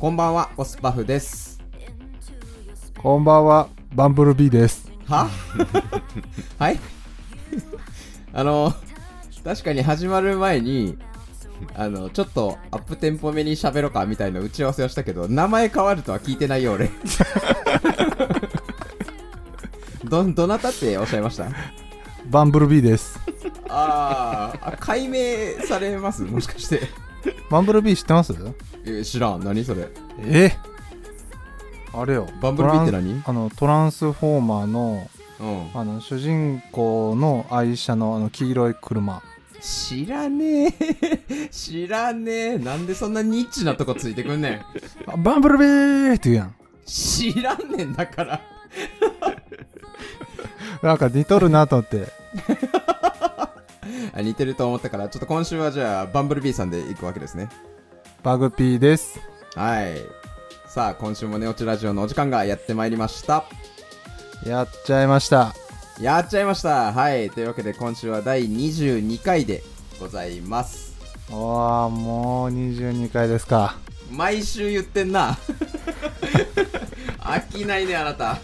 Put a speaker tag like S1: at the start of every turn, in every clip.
S1: こんばんは、オスパフです。
S2: こんばんは、バンブルビーです。
S1: ははい あの、確かに始まる前に、あの、ちょっとアップテンポめに喋ろうかみたいな打ち合わせをしたけど、名前変わるとは聞いてないよ、俺。 ど、どなたっておっしゃいました
S2: バンブルビーです。
S1: あーあ、解明されますもしかして。
S2: バンブルビー知ってます
S1: え知らん。何それ。
S2: えあれよ。
S1: バンブルビーって何
S2: トランあの、トランスフォーマーの、
S1: うん。
S2: あの、主人公の愛車の、あの、黄色い車。
S1: 知らねえ。 知らねえ。なんでそんなニッチなとこついてくんねん。
S2: あバンブルビーって言うやん。
S1: 知らんねんだから。
S2: なんか似とるなと思って。
S1: あ似てると思ったから、ちょっと今週はじゃあ、バンブルビーさんで行くわけですね。
S2: バグピーです。
S1: はい。さあ、今週もネオチラジオのお時間がやってまいりました。
S2: やっちゃいました。
S1: やっちゃいました。はい。というわけで、今週は第22回でございます。
S2: おー、もう22回ですか。
S1: 毎週言ってんな。 飽きないね、あな た。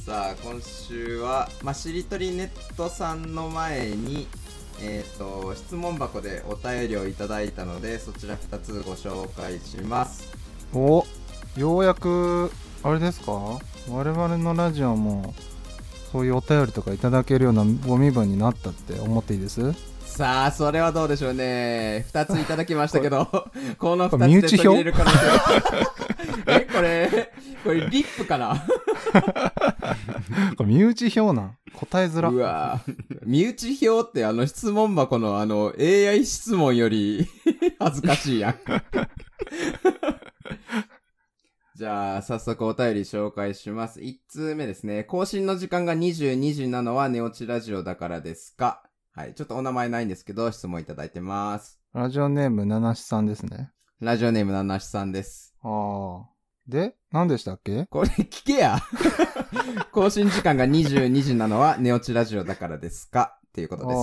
S1: さあ、今週は、まあ、しりとりネットさんの前に、えっ、と、質問箱でお便りをいただいたので、そちら2つご紹介します。
S2: おようやくあれですか我々のラジオもそういうお便りとかいただけるようなご身分になったって思っていいです
S1: さあ、それはどうでしょうね。2ついただきましたけど、この
S2: これ身
S1: 2つ
S2: 内
S1: で
S2: 票
S1: 途切れる可能性 はえ、これ、これリップかな
S2: これ身内票なん答えづら
S1: うわ ぁ身内票ってあの質問箱のあの AI 質問より 恥ずかしいやん。 じゃあ、早速お便り紹介します。1通目ですね。更新の時間が22時なのは寝落ちラジオだからですかはい。ちょっとお名前ないんですけど、質問いただいてます。
S2: ラジオネーム七七さんですね
S1: ラジオネームななしさんです。
S2: ああで何でしたっけ
S1: これ聞けや 更新時間が22時なのは寝落ちラジオだからですかっていうこ
S2: あ
S1: とです。
S2: ー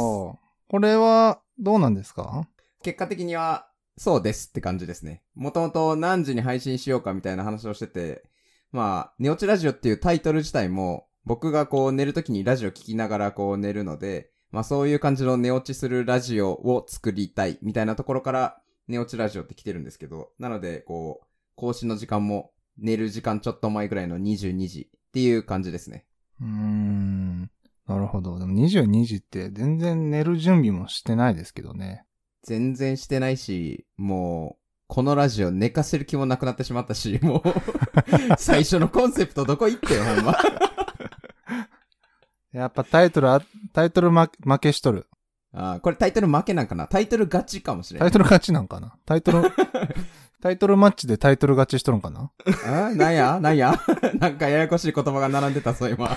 S2: これはどうなんですか
S1: 結果的には、そうですって感じですね。もともと何時に配信しようかみたいな話をしてて、まあ、寝落ちラジオっていうタイトル自体も、僕がこう寝るときにラジオ聞きながらこう寝るので、まあそういう感じの寝落ちするラジオを作りたいみたいなところから、寝落ちラジオって来てるんですけど、なので、こう、更新の時間も寝る時間ちょっと前ぐらいの22時っていう感じですね。
S2: うーんなるほどでも22時って全然寝る準備もしてないですけどね
S1: 全然してないし、もう、このラジオ寝かせる気もなくなってしまったし、 もう、 最初のコンセプトどこ行ってよ、ほんま。
S2: やっぱタイトルあタイトル負け負けしとる
S1: あーこれタイトル負けなんかなタイトル勝ちかもしれな
S2: タイ
S1: い。
S2: トル勝ちなんかなタイ トル、タイトルマッチでタイトル勝ちしとるんかな
S1: あーなんやなんや なんかややこしい言葉が並んでたぞ、 今。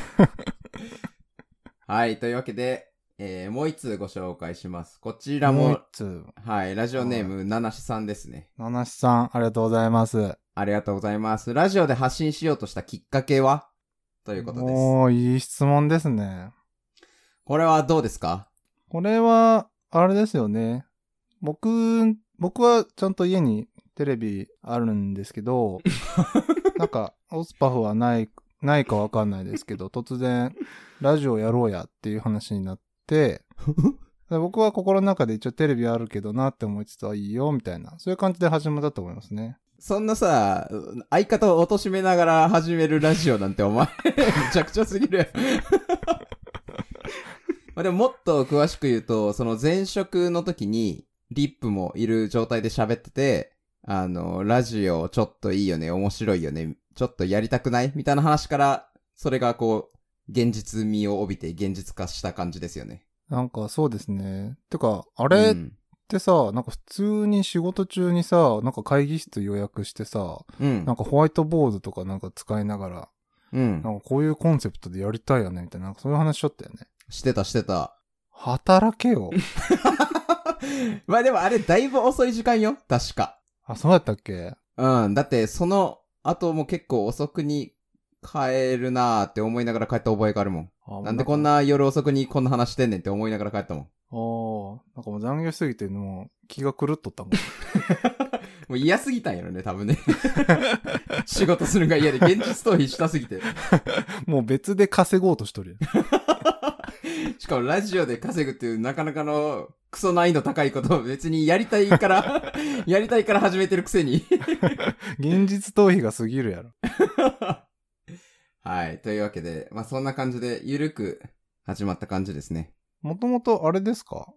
S1: はい、というわけで、えー、もう一通ご紹介します。こちら
S2: もう
S1: も
S2: 一、つ、
S1: はい、ラジオネーム、ななしさんですね。
S2: ナナシさん、ありがとうございます。
S1: ありがとうございます。ラジオで発信しようとしたきっかけはということです。
S2: もういい質問ですね。
S1: これはどうですか
S2: これは、あれですよね。僕、僕はちゃんと家にテレビあるんですけど、なんか、オスパフはない、ないかわかんないですけど、突然、ラジオやろうやっていう話になって、で僕は心の中で一応テレビあるけどなって思いつつ、あ、いいよ、みたいな、そういう感じで始まったと思いますね。
S1: そんなさ、相方を貶めながら始めるラジオなんてお前、 めちゃくちゃすぎるやん。 まあでももっと詳しく言うと、その前職の時に、リップもいる状態で喋ってて、あの、ラジオちょっといいよね、面白いよね、ちょっとやりたくないみたいな話から、それがこう、現実味を帯びて現実化した感じですよね。
S2: なんかそうですね。てか、あ
S1: う
S2: れっ
S1: ん、
S2: てさ、なんか普通に仕事中にさ、なんか会議室予約してさ、
S1: うん
S2: なんかホワイトボードとかなんか使いながら、
S1: うん
S2: な。んかこういうコンセプトでやりたいよね、みたいな、なんかそういう話しとったよね。
S1: してたしてた。
S2: 働け よ。
S1: まあでもあれだいぶ遅い時間よ、確か。
S2: あ、そうやったっけ
S1: うん、だってその後も結構遅くに帰るなーって思いながら帰った覚えがあるもん。
S2: あ
S1: なんでこん。な夜遅くにこんな話してんねんって思いながら帰ったもん。
S2: ああー、なんかもう残業しすぎて、もう気が狂っとったもん。
S1: もう嫌すぎたんやろね、多 分ね。仕事するのが嫌で、現実逃避したすぎて。
S2: もう別で稼ごうとしとるやん。
S1: しかもラジオで稼ぐっていうなかなかのクソ難易度高いことを別にやりたいから、 やりたいから始めてるくせに。
S2: 現実逃避が過ぎるやろ。
S1: はい。というわけで、まあそんな感じで、ゆるく始まった感じですね。
S2: もともとあれですか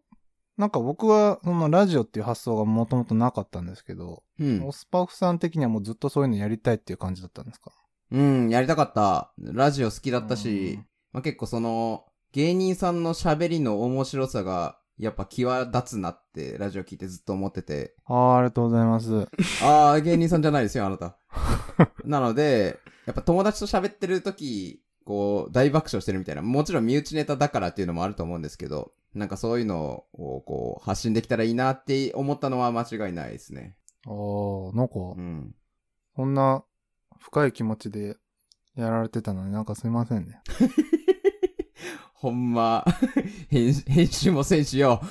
S2: なんか僕は、そのラジオっていう発想がもともとなかったんですけど、
S1: うん
S2: オ。スパフさん的にはもうずっとそういうのやりたいっていう感じだったんですか
S1: うん、やりたかった。ラジオ好きだったし
S2: うん、
S1: まあ結構その、芸人さんの喋りの面白さが、やっぱ際立つなって、ラジオ聞いてずっと思ってて。
S2: ああ、ありがとうございます。
S1: ああ、芸人さんじゃないですよ、あなた。なので、やっぱ友達と喋ってる時、こう、大爆笑してるみたいな、もちろん身内ネタだからっていうのもあると思うんですけど、なんかそういうのを、こう、発信できたらいいなって思ったのは間違いないですね。
S2: ああ、なんか、
S1: うん。
S2: そんな深い気持ちでやられてたのになんかすいませんね。
S1: ほんま、 編編集もせんしよ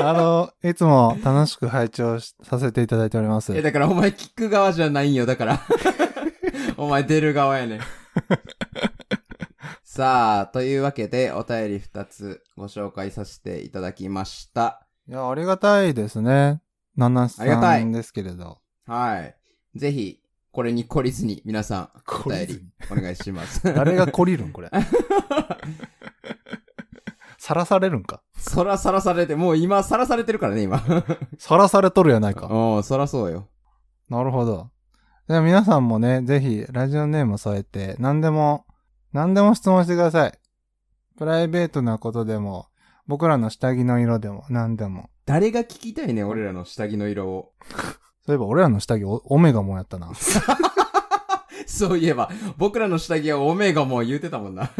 S2: あの、いつも楽しく拝聴しさせていただいております
S1: う。え、。だからお前聞く側じゃないんよ、だ から。お前出る側やねん。さあ、というわけで、お便り2つご紹介させていただきました。
S2: いや、ありがたいですね。なんなん
S1: ありがた
S2: さ
S1: い
S2: んですけれど。
S1: はい。ぜひ、これに懲りずに、皆さん、お
S2: 懲
S1: 便
S2: りず
S1: り
S2: に、
S1: お願いします。
S2: 誰が懲りるんこ れ。さらされるんか。
S1: そらさらされて、もう今、さらされてるからね、今。
S2: さらされとるやないか。
S1: おん、そらそうよ。
S2: なるほど。では皆さんもね、ぜひ、ラジオネームを添えて、何でも、何でも質問してください。プライベートなことでも、僕らの下着の色でも、何でも。
S1: 誰が聞きたいね、俺らの下着の色を。
S2: そういえば、俺らの下着お、オメガもやっ たな。
S1: そういえば、僕らの下着はオメガも言うてたもん な。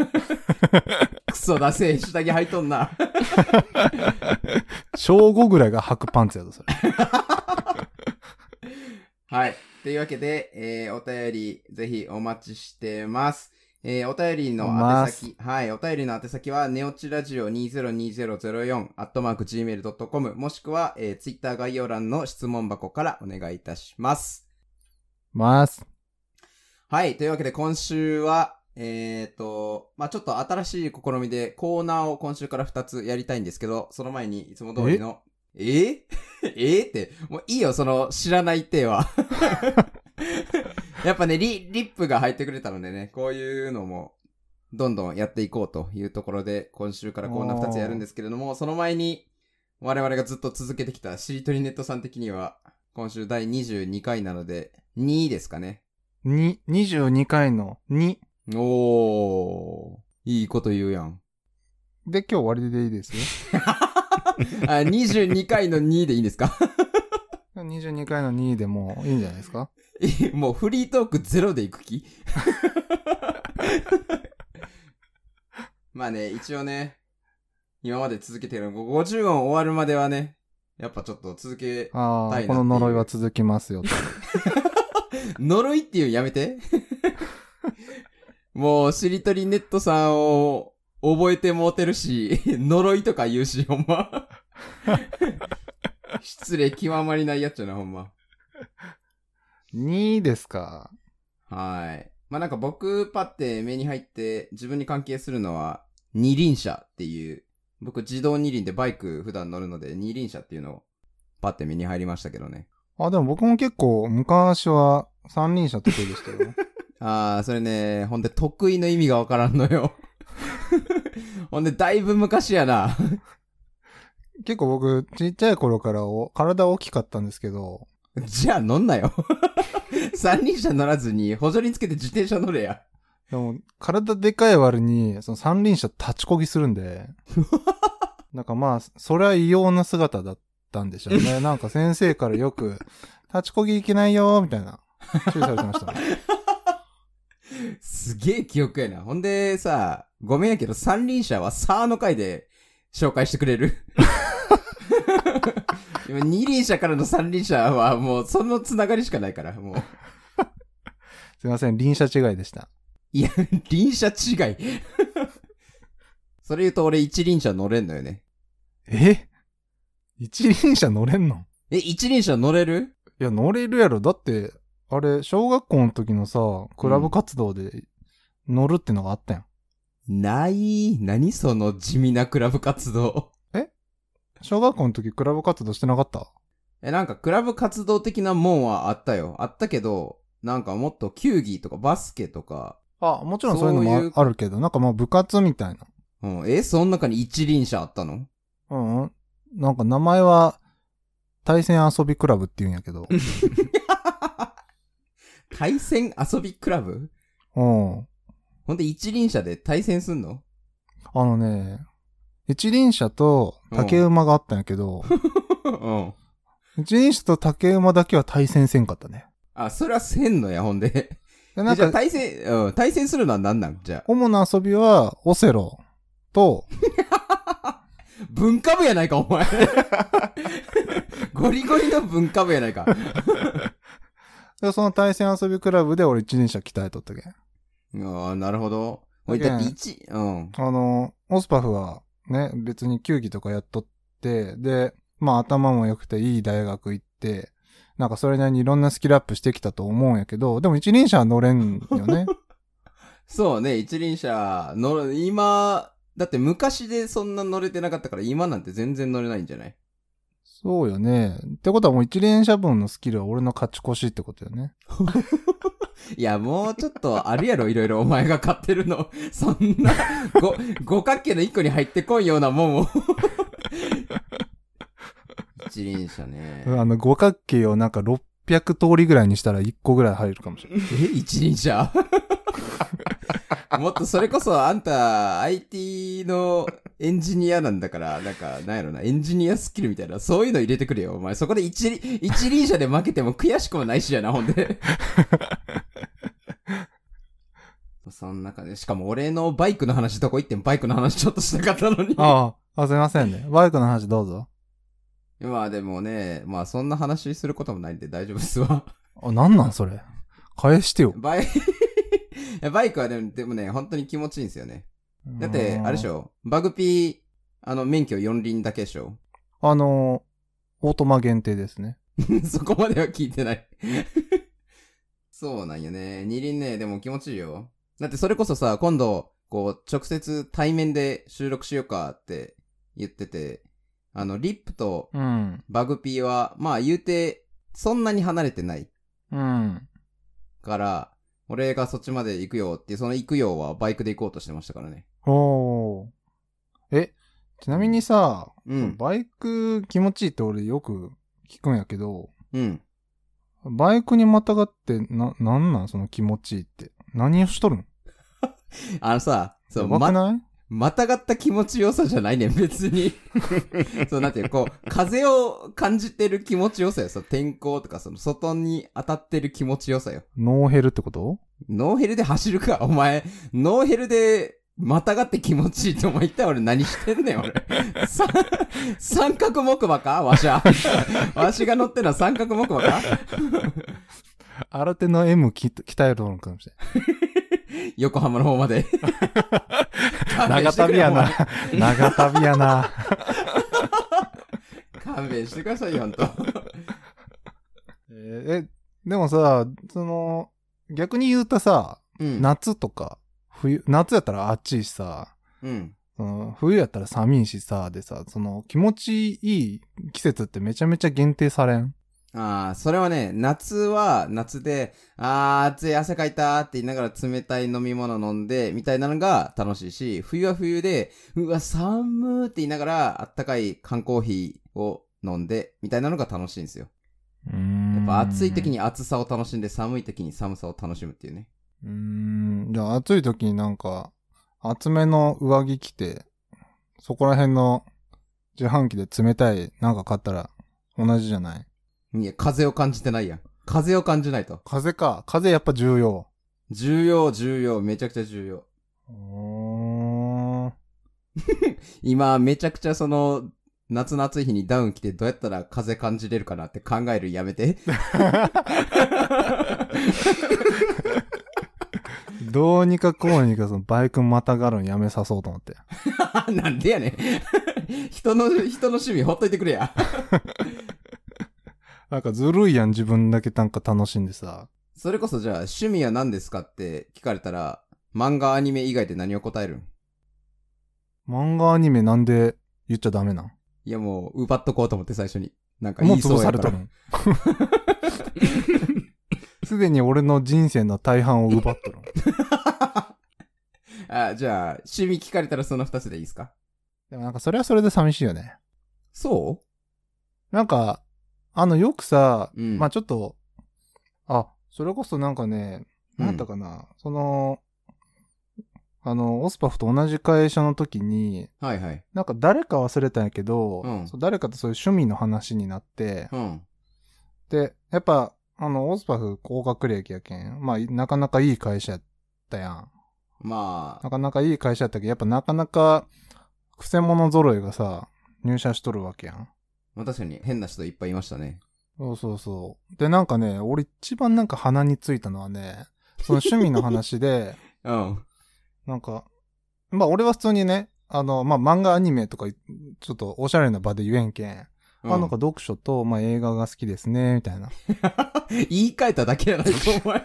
S1: クソだせえ、下着履いとんな。
S2: 小5ぐらいが履くパンツやぞ、それ。
S1: はい。というわけで、えー、お便り、ぜひお待ちしてます。えー、お便りの宛先、はい、お便りの宛先は、ネオチラジオ202004、アットマーク gmail.com、もしくは、えー、ツイッター概要欄の質問箱からお願いいたします。
S2: ます。
S1: はい。というわけで、今週は、えーと、まあちょっと新しい試みで、コーナーを今週から2つやりたいんですけど、その前に、いつも通りの、えー、え ーって、もういいよ、その、知らない手は。 やっぱね、リ、リップが入ってくれたのでね、こういうのも、どんどんやっていこうというところで、今週からコーナー2つやるんですけれども、その前に、我々がずっと続けてきた、しりとりネットさん的には、今週第22回なので、2ですかね。
S2: に、22回の2。
S1: おー。いいこと言うやん。
S2: で、今日終わりでいいですよ。
S1: あ、22回の2でいいんですか
S2: 22回の2でもういいんじゃないですか
S1: えもうフリートークゼロでいく気 まあね、一応ね、今まで続けてる50音終わるまではね、やっぱちょっと続け、
S2: あ
S1: たいなってい
S2: あ、
S1: う
S2: この呪いは続きますよと。
S1: 呪いっていうのやめて。もう、しりとりネットさんを覚えてもうてるし、呪いとか言うし、ほんま。失礼極まりないやっちゃな、ほんま。
S2: 2ですか。
S1: はい。まあ、なんか僕、パって目に入って自分に関係するのは、二輪車っていう、僕自動二輪でバイク普段乗るので、二輪車っていうのを、パって目に入りましたけどね。
S2: あ、でも僕も結構昔は三輪車得意でしたよ。
S1: あー、それね、ほんで得意の意味がわからんのよ。 ほんで、だいぶ昔やな。
S2: 結構僕、ちっちゃい頃からお体大きかったんですけど、
S1: じゃあ乗んなよ。 三輪車乗らずに補助輪つけて自転車乗れや。
S2: でも体でかい割に、その三輪車立ちこぎする んで、なんかまあ、それは異様な姿だったんでしょう ね。なんか先生からよく、立ちこぎいけないよ、みたいな、注意されてましたね。
S1: すげえ記憶やな。ほんでさ、ごめんやけど三輪車はサーの回で紹介してくれる 今二輪車からの三輪車はもうそのつながりしかないから、もう。
S2: すいません、輪車違いでした。
S1: いや、輪車違い。 それ言うと俺一輪車乗れんのよね。
S2: え一輪車乗れんの
S1: え、一輪車乗れる
S2: いや、乗れるやろ。だって、あれ、小学校の時のさ、クラブ活動で乗るってのがあったやん。
S1: ない。何その地味なクラブ活動。
S2: 小学校の時クラブ活動してなかった
S1: え、なんかクラブ活動的なもんはあったよ。あったけど、なんかもっと球技とかバスケとか、
S2: あ、もちろんそういうのも
S1: そういう
S2: ああるけど、なんかまあ部活みたいな。
S1: うん。え、その中に一輪車あったの
S2: うんうん。なんか名前は、対戦遊びクラブって言うんやけど。
S1: 対戦遊びクラブ
S2: うん。
S1: ほんで一輪車で対戦すんの
S2: あのね、一輪車と竹馬があったんやけど、
S1: うん。
S2: 一輪車と竹馬だけは対戦せんかったね。
S1: あ、それはせんのや、ほんで。
S2: で な
S1: え
S2: ん
S1: じゃあ
S2: か、
S1: 対戦、うん、対戦するのは何なんじゃあ。
S2: 主な遊びは、オセロと、
S1: 文化部やないか、お前。 ゴリゴリの文化部やないか。
S2: でその対戦遊びクラブで俺一輪車鍛えとったけん。
S1: ああ、なるほど。おい、
S2: だけん
S1: だって一、うん。
S2: あの、オスパフは、ね、別に球技とかやっとって、で、まあ頭も良くていい大学行って、なんかそれなりにいろんなスキルアップしてきたと思うんやけど、でも一輪車は乗れん よね。
S1: そうね、一輪車乗る、今、だって昔でそんな乗れてなかったから、今なんて全然乗れないんじゃない
S2: そうよね。ってことはもう一連車分のスキルは俺の勝ち越しってことよね。
S1: いや、もうちょっとあるやろ、いろいろお前が買ってるの。 そんな、ご、五角形の一個に入ってこんようなもんを。 一輪車ね。
S2: あの五角形をなんか600通りぐらいにしたら1個ぐらい入るかもしれない。
S1: え、一輪車 もっとそれこそあんた IT のエンジニアなんだから、なんか、なんやろな、エンジニアスキルみたいな、そういうの入れてくれよ。お前そこで一輪、一輪車で負けても悔しくもないしやな、ほんで。 そん中で、しかも俺のバイクの話どこ行ってんバイクの話ちょっとしたかったのに。
S2: ああ、あすいませんね。バイクの話どうぞ。
S1: まあでもね、まあそんな話することもないんで大丈夫っすわ。
S2: あ、なんなんそれ。返してよ。
S1: バイ、い やバイクはでもでもね、本当に気持ちいいんですよね。だって、あれでし
S2: ょ。
S1: ょバグピー、あの、免許4輪だけでしょ
S2: あの、オートマ限定ですね。
S1: そこまでは聞いてない。 そうなんよね。2輪ね、でも気持ちいいよ。だってそれこそさ、今度、こう、直接対面で収録しようかって言ってて、あの、リップと
S2: うん。
S1: バグピーは、まあ言うて、そんなに離れてない
S2: うん。
S1: から、俺がそっちまで行くよっていう、その行くよはバイクで行こうとしてましたからね。
S2: おー。え、ちなみにさ、
S1: うん。
S2: バイク気持ちいいって俺よく聞くんやけど、
S1: うん。
S2: バイクにまたがって、な、なんなんその気持ちいいって。何をしとるん
S1: あのさ、そう、
S2: やばくない、
S1: またがった気持ちよさじゃないね ん、別 に。そう、なんていう、こう、風を感じてる気持ちよさよ。そう、天候とか、その、外に当たってる気持ちよさよ。
S2: ノーヘルってこと
S1: ノーヘルで走るか、お前。ノーヘルで、またがって気持ちいいってお前言ったら俺何してんねん、俺。 さ三角木馬かわしゃ。 わしが乗ってんのは三角木馬か
S2: 新手の M き鍛えるのかもし れ
S1: 横浜の方まで。
S2: ない。 長旅 やな。長旅やな。
S1: 勘弁してくださいよ、ほんと。
S2: えーえ、でもさ、その、逆に言うとさ、
S1: うん。
S2: 夏とか、冬、夏やったら暑いしさ、
S1: うん。
S2: その冬やったら寒いしさ、でさ、その気持ちいい季節ってめちゃめちゃ限定されん。
S1: ああ、それはね、夏は夏で、ああ、暑い汗かいたーって言いながら冷たい飲み物飲んで、みたいなのが楽しいし、冬は冬で、うわ、寒ーって言いながら、あったかい缶コーヒーを飲んで、みたいなのが楽しいんですよ。
S2: うーん
S1: やっぱ暑い時。に暑さを楽しんで、寒い時に寒さを楽しむっていうね。
S2: うーん、じゃあ暑い時になんか、厚めの上着着て、そこら辺の自販機で冷たいなんか買ったら同じじゃない
S1: いや、風を感じてないやん。風を感じないと。
S2: 風か。風やっぱ重要。
S1: 重要、重要、めちゃくちゃ重要。
S2: おー
S1: 今、めちゃくちゃその、夏の暑い日にダウン着てどうやったら風感じれるかなって考えるやめて。
S2: どうにかこうにかそのバイクまたがるんやめさそうと思って。
S1: なんでやねん。 人の、人の趣味ほっといてくれや。
S2: なんかずるいやん、自分だけなんか楽しんでさ。
S1: それこそじゃあ、趣味は何ですかって聞かれたら、漫画、アニメ以外で何を答えるん
S2: 漫画アニメなんで言っちゃダメなん
S1: いやもう、奪っとこうと思って最初に。なんか
S2: も
S1: 言
S2: う
S1: いそう
S2: 潰
S1: や
S2: さ
S1: か
S2: れ
S1: ら
S2: た。の。 すでに俺の人生の大半を奪っとる。
S1: あ、じゃあ、趣味聞かれたらその二つでいいですか
S2: でもなんかそれはそれで寂しいよね。
S1: そ
S2: なんか、あの、よくさ、
S1: ううん。
S2: まあちょっと、あ、それこそなんかね、
S1: うん
S2: なんやったかな、その、あの、オスパフと同じ会社の時に、
S1: はいはい。
S2: なんか誰か忘れたんやけど、
S1: うん
S2: そう誰かとそういう趣味の話になって、
S1: うん。
S2: で、やっぱ、あの、オスパフ高学歴やけん、まあ、なかなかいい会社やったやん。
S1: まあ
S2: な、かなかいい会社やったけど、やっぱなかなか、くせ者揃いがさ、入社しとるわけやん。
S1: まあ確かに変な人いっぱいいましたね。
S2: そうそうそう。で、なんかね、俺一番なんか鼻についたのはね、その趣味の話で、
S1: うん。
S2: なんか、まあ俺は普通にね、あの、まあ漫画アニメとか、ちょっとおしゃれな場で言えんけん、あ、なんか読書と、まあ映画が好きですね、みたいな。
S1: 言い換えただけじゃないか、お前。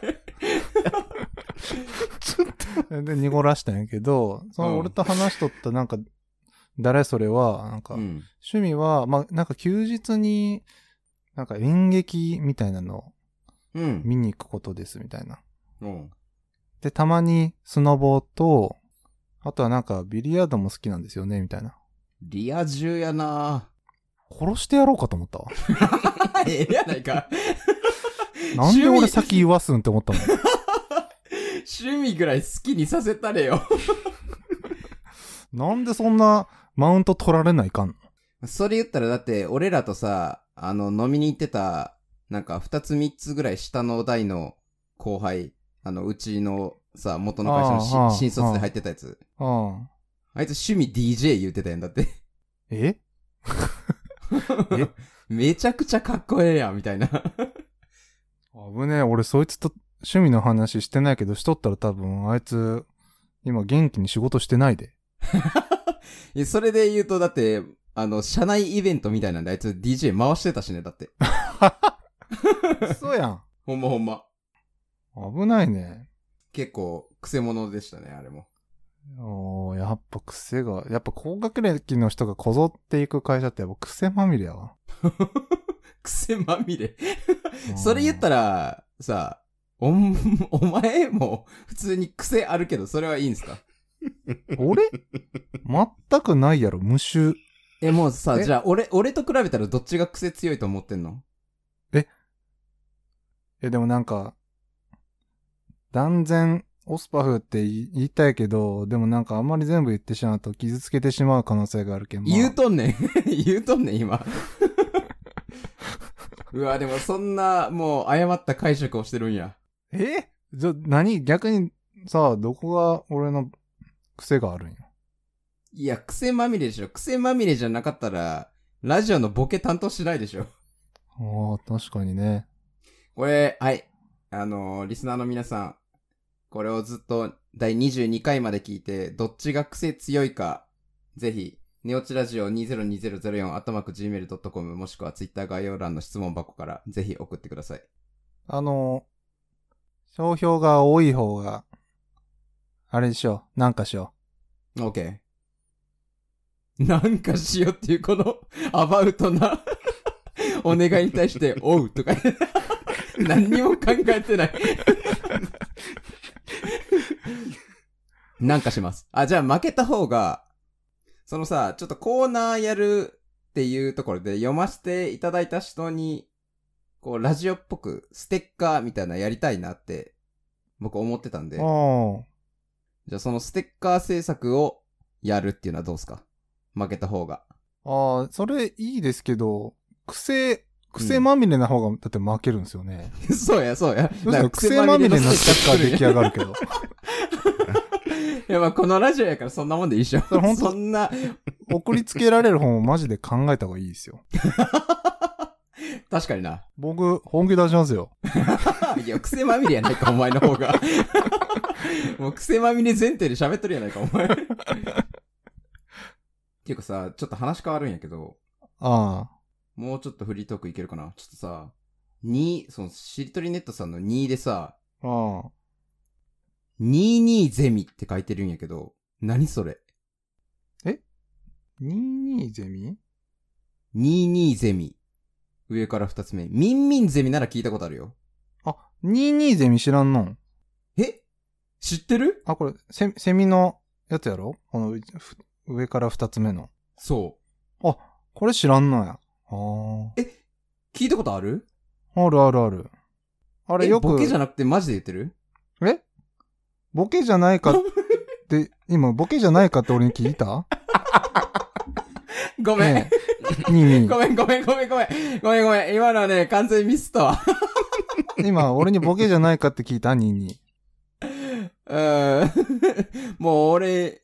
S2: で、濁らしたんやけど、そ
S1: うん
S2: の俺と話しとったなんか、誰それ は、なんか、
S1: うん。
S2: 趣味は、まあなんか休日に、なんか演劇みたいなのを
S1: うん。
S2: 見に行くことです、みたいな。
S1: うん。
S2: で、たまにスノボと、あとはなんかビリヤードも好きなんですよね、みたいな。
S1: リア充やな
S2: 殺してやろうかと 思ったわ。
S1: ぁ。ええや ないか。
S2: なんで
S1: 趣
S2: 俺
S1: 味
S2: 先言わすんって思ったの
S1: 趣味ぐらい好きにさせたれよ。
S2: なんでそんなマウント取られないかんの
S1: それ言ったらだって、俺らとさ、あの、飲みに行ってた、なんか、二つ三つぐらい下の代の後輩、あの、うちのさ、元の会社のし
S2: ああああ
S1: 新卒で入ってたやつ。
S2: ああ。
S1: あいつ趣味 DJ 言ってたやんだって。
S2: ええ
S1: めちゃくちゃかっこええやん、みたいな。
S2: 危ねえ、俺そいつと趣味の話してないけど、しとったら多分、あいつ、今元気に仕事してな いで。
S1: いやそれで言うと、だって、あの、社内イベントみたいなんで、あいつ DJ 回してたしね、だって。
S2: そうやん。
S1: ほんまほんま。
S2: 危ないね。
S1: 結構、クセ者でしたね、あれも。
S2: おーやっぱ癖が、やっぱ高学歴の人がこぞっていく会社ってやっぱ癖まみれやわ。
S1: クセまみれ。それ言った
S2: ら。
S1: ら、さ、おん、 お前も普通に癖あるけど、それはいいんすか
S2: 俺全くないやろ、無臭。
S1: え、もうさ、
S2: え
S1: じゃあ、俺、俺と比べたらどっちが癖強いと思ってんの
S2: え、でもなんか、断然、オスパフって言い言いたいけど、でもなんかあんまり全部言ってしまうと傷つけてしまう可能性があるけん。まあ
S1: 言うとんねん。 言うとんねん、今。うわ、でもそんな、もう、誤った解釈をしてるんや。
S2: えじゃ、何逆に、さあ、どこが俺の癖があるんよ。
S1: いや、癖まみれでしょ。癖まみれじゃなかったら、ラジオのボケ担当しないでしょ。
S2: ああ、確かにね。
S1: これ、はい。あのーリスナーの皆さん、これをずっと第22回まで聞いて、どっちが癖強いか、ぜひ、ネオチラジオ202004アットマーク gmail.com もしくはツイッター概要欄の質問箱からぜひ送ってください。
S2: あの、商標が多い方が、あれでしょう、なんかしよ
S1: OK。なんかしようっていうこのアバウトなお願いに対して、おうとか何にも考えてない。なんかします。あ、じゃあ負けた方が、そのさ、ちょっとコーナーやるっていうところで読ませていただいた人に、こう、ラジオっぽくステッカーみたいなのやりたいなって、僕思ってたんで
S2: う。。お
S1: じゃあそのステッカー制作をやるっていうのはどうですか負けた方が。
S2: ああ、それいいですけど、癖、
S1: う
S2: 癖
S1: ん
S2: まみれな方が、だって負けるんですよね。
S1: そうや、そうや。
S2: どうしたら癖まみれのサッカー出来上がるけど。
S1: いや、まあこのラジオやからそんなもんでいいっしょ。
S2: れほん
S1: そ
S2: と
S1: んな、
S2: 送りつけられる本をマジで考えた方がいいですよ。
S1: 確かにな。
S2: 僕、本気出しますよ。
S1: いや、癖まみれやないか、お前の方が。 もう癖まみれ前提で喋っとるやないか、お前。っていうかさ、ちょっと話変わるんやけど、
S2: あ
S1: もうちょっとフリートークいけるかな。ちょっとさ、2、その、しりとりネットさんの2でさ、
S2: あ。ああ。
S1: 22ゼミって書いてるんやけど、何それ
S2: 22ゼミ
S1: ?22 ゼミ。上から2つ目。ミンミンゼミなら聞いたことあるよ。
S2: ?22 ゼミ知らんのん
S1: え知ってる
S2: あ、これ、セセミのやつやろこのうふ上から二つ目の。
S1: そ
S2: これ知らんのや。あ
S1: う。聞いたことある
S2: あ。あるあるある。あ
S1: あ
S2: れよく、
S1: ボケじゃなくてマジで言ってる
S2: えボケじゃないかって、今、ボケじゃないかって俺に聞いた
S1: ごめん。
S2: ねえ。に
S1: ごめんごめんごめんごめん。ごめんごめん。今のはね、完全にミスったわ。
S2: 今、俺にボケじゃないかって聞いたにに
S1: うーん。 もう俺、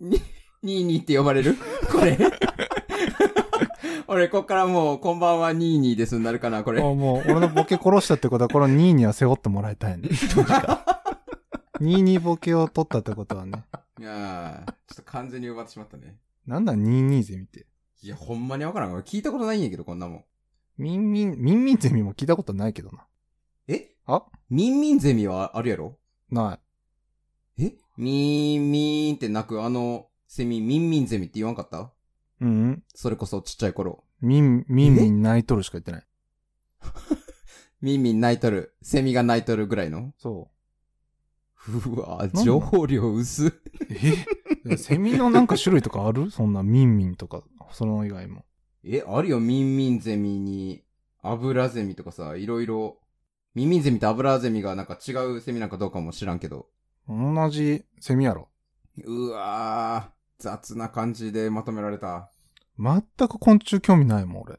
S1: に、ににって呼ばれるこれ。俺、こっからもう、こんばんは、にーにーですになるかな、こ
S2: あ
S1: れ。
S2: もう、俺のボケ殺したってことは、このにには背負ってもらいたい ね。ににボケを取ったってことはね。
S1: いやーちょっと完全に奪ってしまったね。
S2: なんだ、ににゼミって。
S1: いや、ほんまにわからん。俺聞いたことないんやけど、こんなもん。
S2: ミンミン、ミンミンゼミも聞いたことないけどな。
S1: え
S2: あ
S1: ミンミンゼミはあるやろ
S2: ない。
S1: えミーンミーンって鳴く、あの、セミ、ミンミンゼミって言わんかった
S2: うんうん。
S1: それこそ、ちっちゃい頃。
S2: ミン、ミンミン泣いとるしか言ってない。
S1: ミンミン泣いとる。セミが泣いとるぐらいの
S2: そう
S1: わ
S2: なん
S1: 情報量薄っ。
S2: う。え セミのなんか種類とかあるそんなミンミンとか、その以外も。
S1: え、あるよ、ミンミンゼミに、アブラゼミとかさ、いろいろ。ミンミンゼミとアブラゼミがなんか違うセミなんかどうかも知らんけど。
S2: 同じセミやろ。
S1: うわー、雑な感じでまとめられた。
S2: 全く昆虫興味ないもん、俺。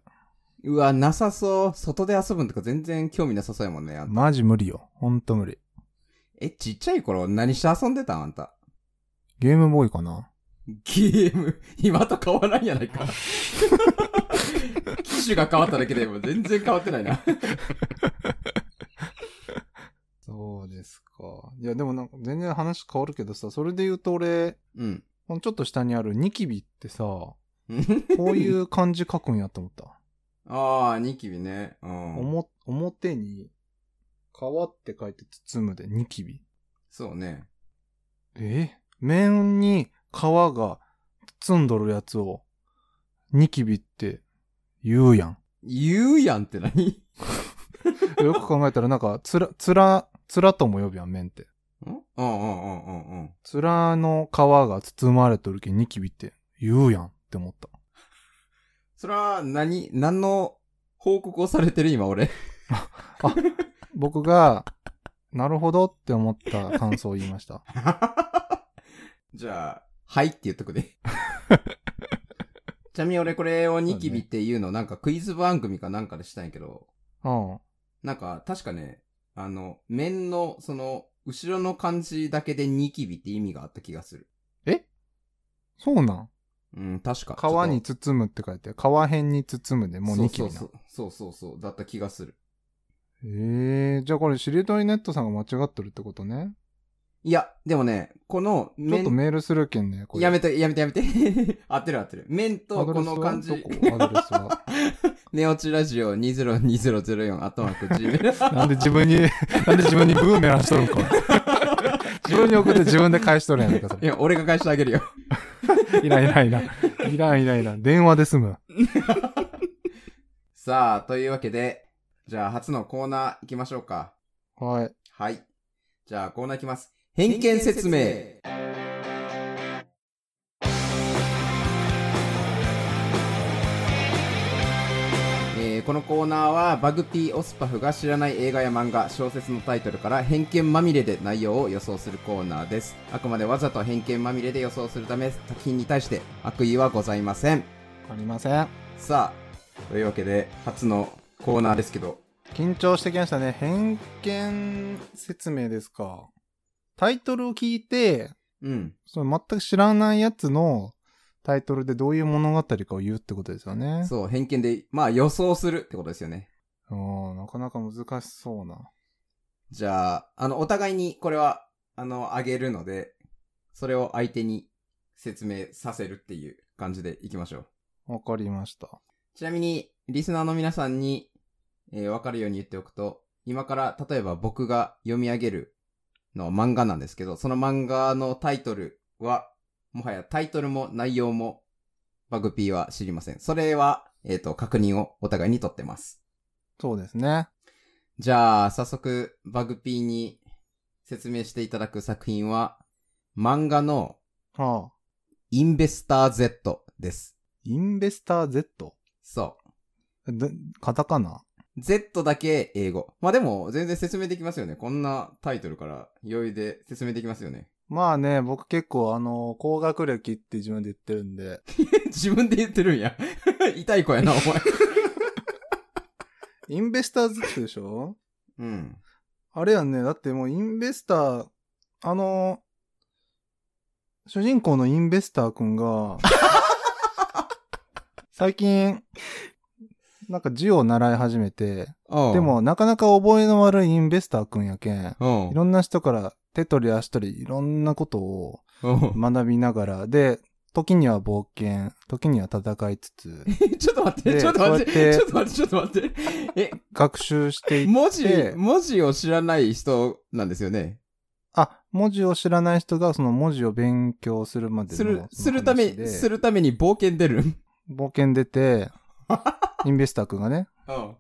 S1: うわ、なさそう。外で遊ぶんとか全然興味なさそうやもんね。あんた
S2: マジ無理よ。ほんと無理。
S1: え、ちっちゃい頃何して遊んでたんあんた。
S2: ゲームボーイかな。
S1: ゲーム、今と変わらんやないか。 機種が変わっただけでも全然変わってないな。
S2: そうですか。いや、でもなんか全然話変わるけどさ、それで言うと俺、
S1: うん。
S2: このちょっと下にあるニキビってさ、こ
S1: うん
S2: ういう漢字書くんやと思った。
S1: ああ、ニキビね。うん。
S2: おも、表に、皮って書いて包むで、ニキビ。
S1: そうね。
S2: え面に皮が包んどるやつを、ニキビって言う やん。
S1: 言うやんって何
S2: よく考えたらなんか、つら、つら、つらとも呼ぶやん、面って。
S1: うんうんうんうんうんうん。
S2: つらの皮が包まれとるけん、ニキビって言うやんって思った。
S1: それは何、何の報告をされてる今俺。
S2: 僕が、なるほどって思った感想を言いました。
S1: じゃあ、はいって言っとくで。ちなみに俺これをニキビっていうのなんかクイズ番組かなんかでしたんやけど、
S2: うん。
S1: なんか確かね、あの、面のその、後ろの漢字だけでニキビって意味があった気がする。
S2: そうなん
S1: うん、確か。
S2: 皮に包むって書いて、皮辺に包むで、もうニキビな。
S1: そうそうそうそうそう、だった気がする。
S2: ええじゃあこれ、しりとりネットさんが間違ってるってことね。
S1: いや、でもね、この
S2: ちょっ
S1: 面
S2: とメールするけんね、これ。
S1: やめて、やめて、やめて。 合ってる合ってる。面とこの漢
S2: アド
S1: 字
S2: レ。スはどこアドレスは。
S1: ネオチラジオ202004アットマーク Gmail。
S2: なんで自分に、 なんで自分にブーメランしとるんか。 自分に送って自分で返しとるやないか、そ
S1: いや、俺が返してあげるよ。
S2: れ。いらんいらんいらん。いらんいらんいらん。電話で済む。
S1: さあ、というわけで、じゃあ初のコーナー行きましょうか。
S2: はい。
S1: はい。じゃあコーナー行きます。偏見説明。えーこのコーナーはバグピー・オスパフが知らない映画や漫画小説のタイトルから偏見まみれで内容を予想するコーナーですあくまでわざと偏見まみれで予想するため作品に対して悪意はございません
S2: ありません。
S1: さあというわけで初のコーナーですけど
S2: 緊張してきましたね。偏見説明ですか。タイトルを聞いて、
S1: うん
S2: その全く知らないやつのタイトルでどういう物語かを言うってことですよね。
S1: そう、偏見で、まあ予想するってことですよね。
S2: うんなかなか難しそうな。
S1: じゃあ、あの、お互いにこれは、あの、あげるので、それを相手に説明させるっていう感じでいきましょう。
S2: わかりました。
S1: ちなみに、リスナーの皆さんに、えーわかるように言っておくと、今から、例えば僕が読み上げるのは漫画なんですけど、その漫画のタイトルは、もはやタイトルも内容も、バグピーは知りません。それは、えっ、と、確認をお互いに取ってます。
S2: そうですね。
S1: じゃあ、早速、バグピーに説明していただく作品は、漫画の
S2: はあ。
S1: インベスター Z です。
S2: インベスター Z?
S1: そう。
S2: でカタカナ
S1: Z だけ英語。まあでも、全然説明できますよね。こんなタイトルから余裕で説明できますよね。
S2: まあね、僕結構あの、高学歴って自分で言ってるんで、
S1: 自分で言ってるんや。 痛い子やな、お前。
S2: インベスター Z でしょ
S1: うん。
S2: あれやんね、だってもうインベスター、あの、主人公のインベスターくんが、最近、なんか字を習い始めて、で
S1: で、
S2: もなかなか覚えの悪いインベスターくんやけん、
S1: うん
S2: い。ろんな人から手取り足取りいろんなことを
S1: うん
S2: 学びながら、で、時には冒険、時には戦いつつ、
S1: ちょっと待って、
S2: で
S1: ちょっと待っ
S2: こうや
S1: て、
S2: って
S1: ちょっと待って、ちょっと待って。
S2: 学習して
S1: え、
S2: いっ
S1: 文字
S2: で、
S1: 文字を知らない人なんですよね。
S2: あ、文字を知らない人がその文字を勉強するまでの
S1: する、
S2: その
S1: するた
S2: 話で
S1: め、するために冒険出るん
S2: 冒険 出て、インベスター君がね。
S1: うん。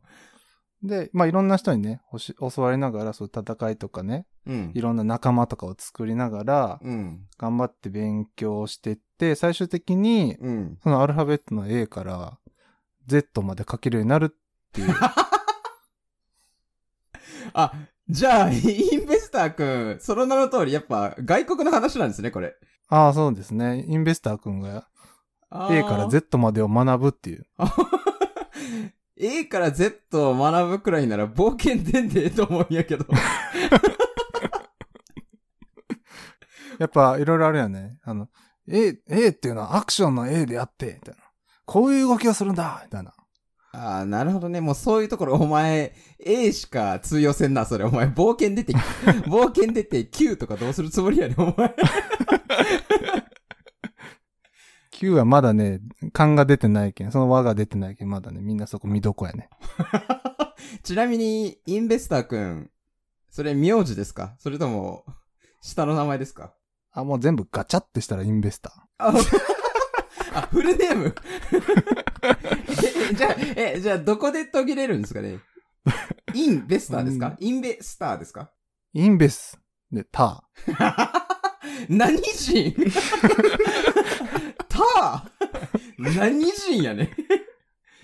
S2: で、まあいろんな人にね、おし教わりながら、そう戦いとかね、
S1: うん
S2: い。ろんな仲間とかを作りながら、
S1: うん。
S2: 頑張って勉強してって、最終的に、
S1: うん。
S2: そのアルファベットの A から Z まで書けるようになるっていう。
S1: あ、じゃあ、インベスター君、その名の通り、やっぱ、外国の話なんですね、これ。
S2: ああ、そうですね。インベスター君が
S1: あー
S2: A から Z までを学ぶっていう。
S1: A から Z を学ぶくらいなら冒険でんでええと思うんや けど。
S2: やっぱいろいろあるよね。あの、A、A っていうのはアクションの A であって、みたいな。こういう動きをするんだみたいな。
S1: ああ、なるほどね。もうそういうところ、お前、A しか通用せんな、それ。お前、冒険 出て、冒険出て Q とかどうするつもりやねん、お前。
S2: Q はまだね、勘が出てないけん、その輪が出てないけん、まだね、みんなそこ見どこやね。
S1: ちなみに、インベスター君、それ、名字ですかそれとも、下の名前ですか
S2: あ、もう全部ガチャってしたらインベスター。
S1: あ、 あフルネーム えじゃあ、え、じゃあ、どこで途切れるんですかねインベスターですかインベスターですか
S2: インベスでタ
S1: 何人 た何人やね
S2: ー。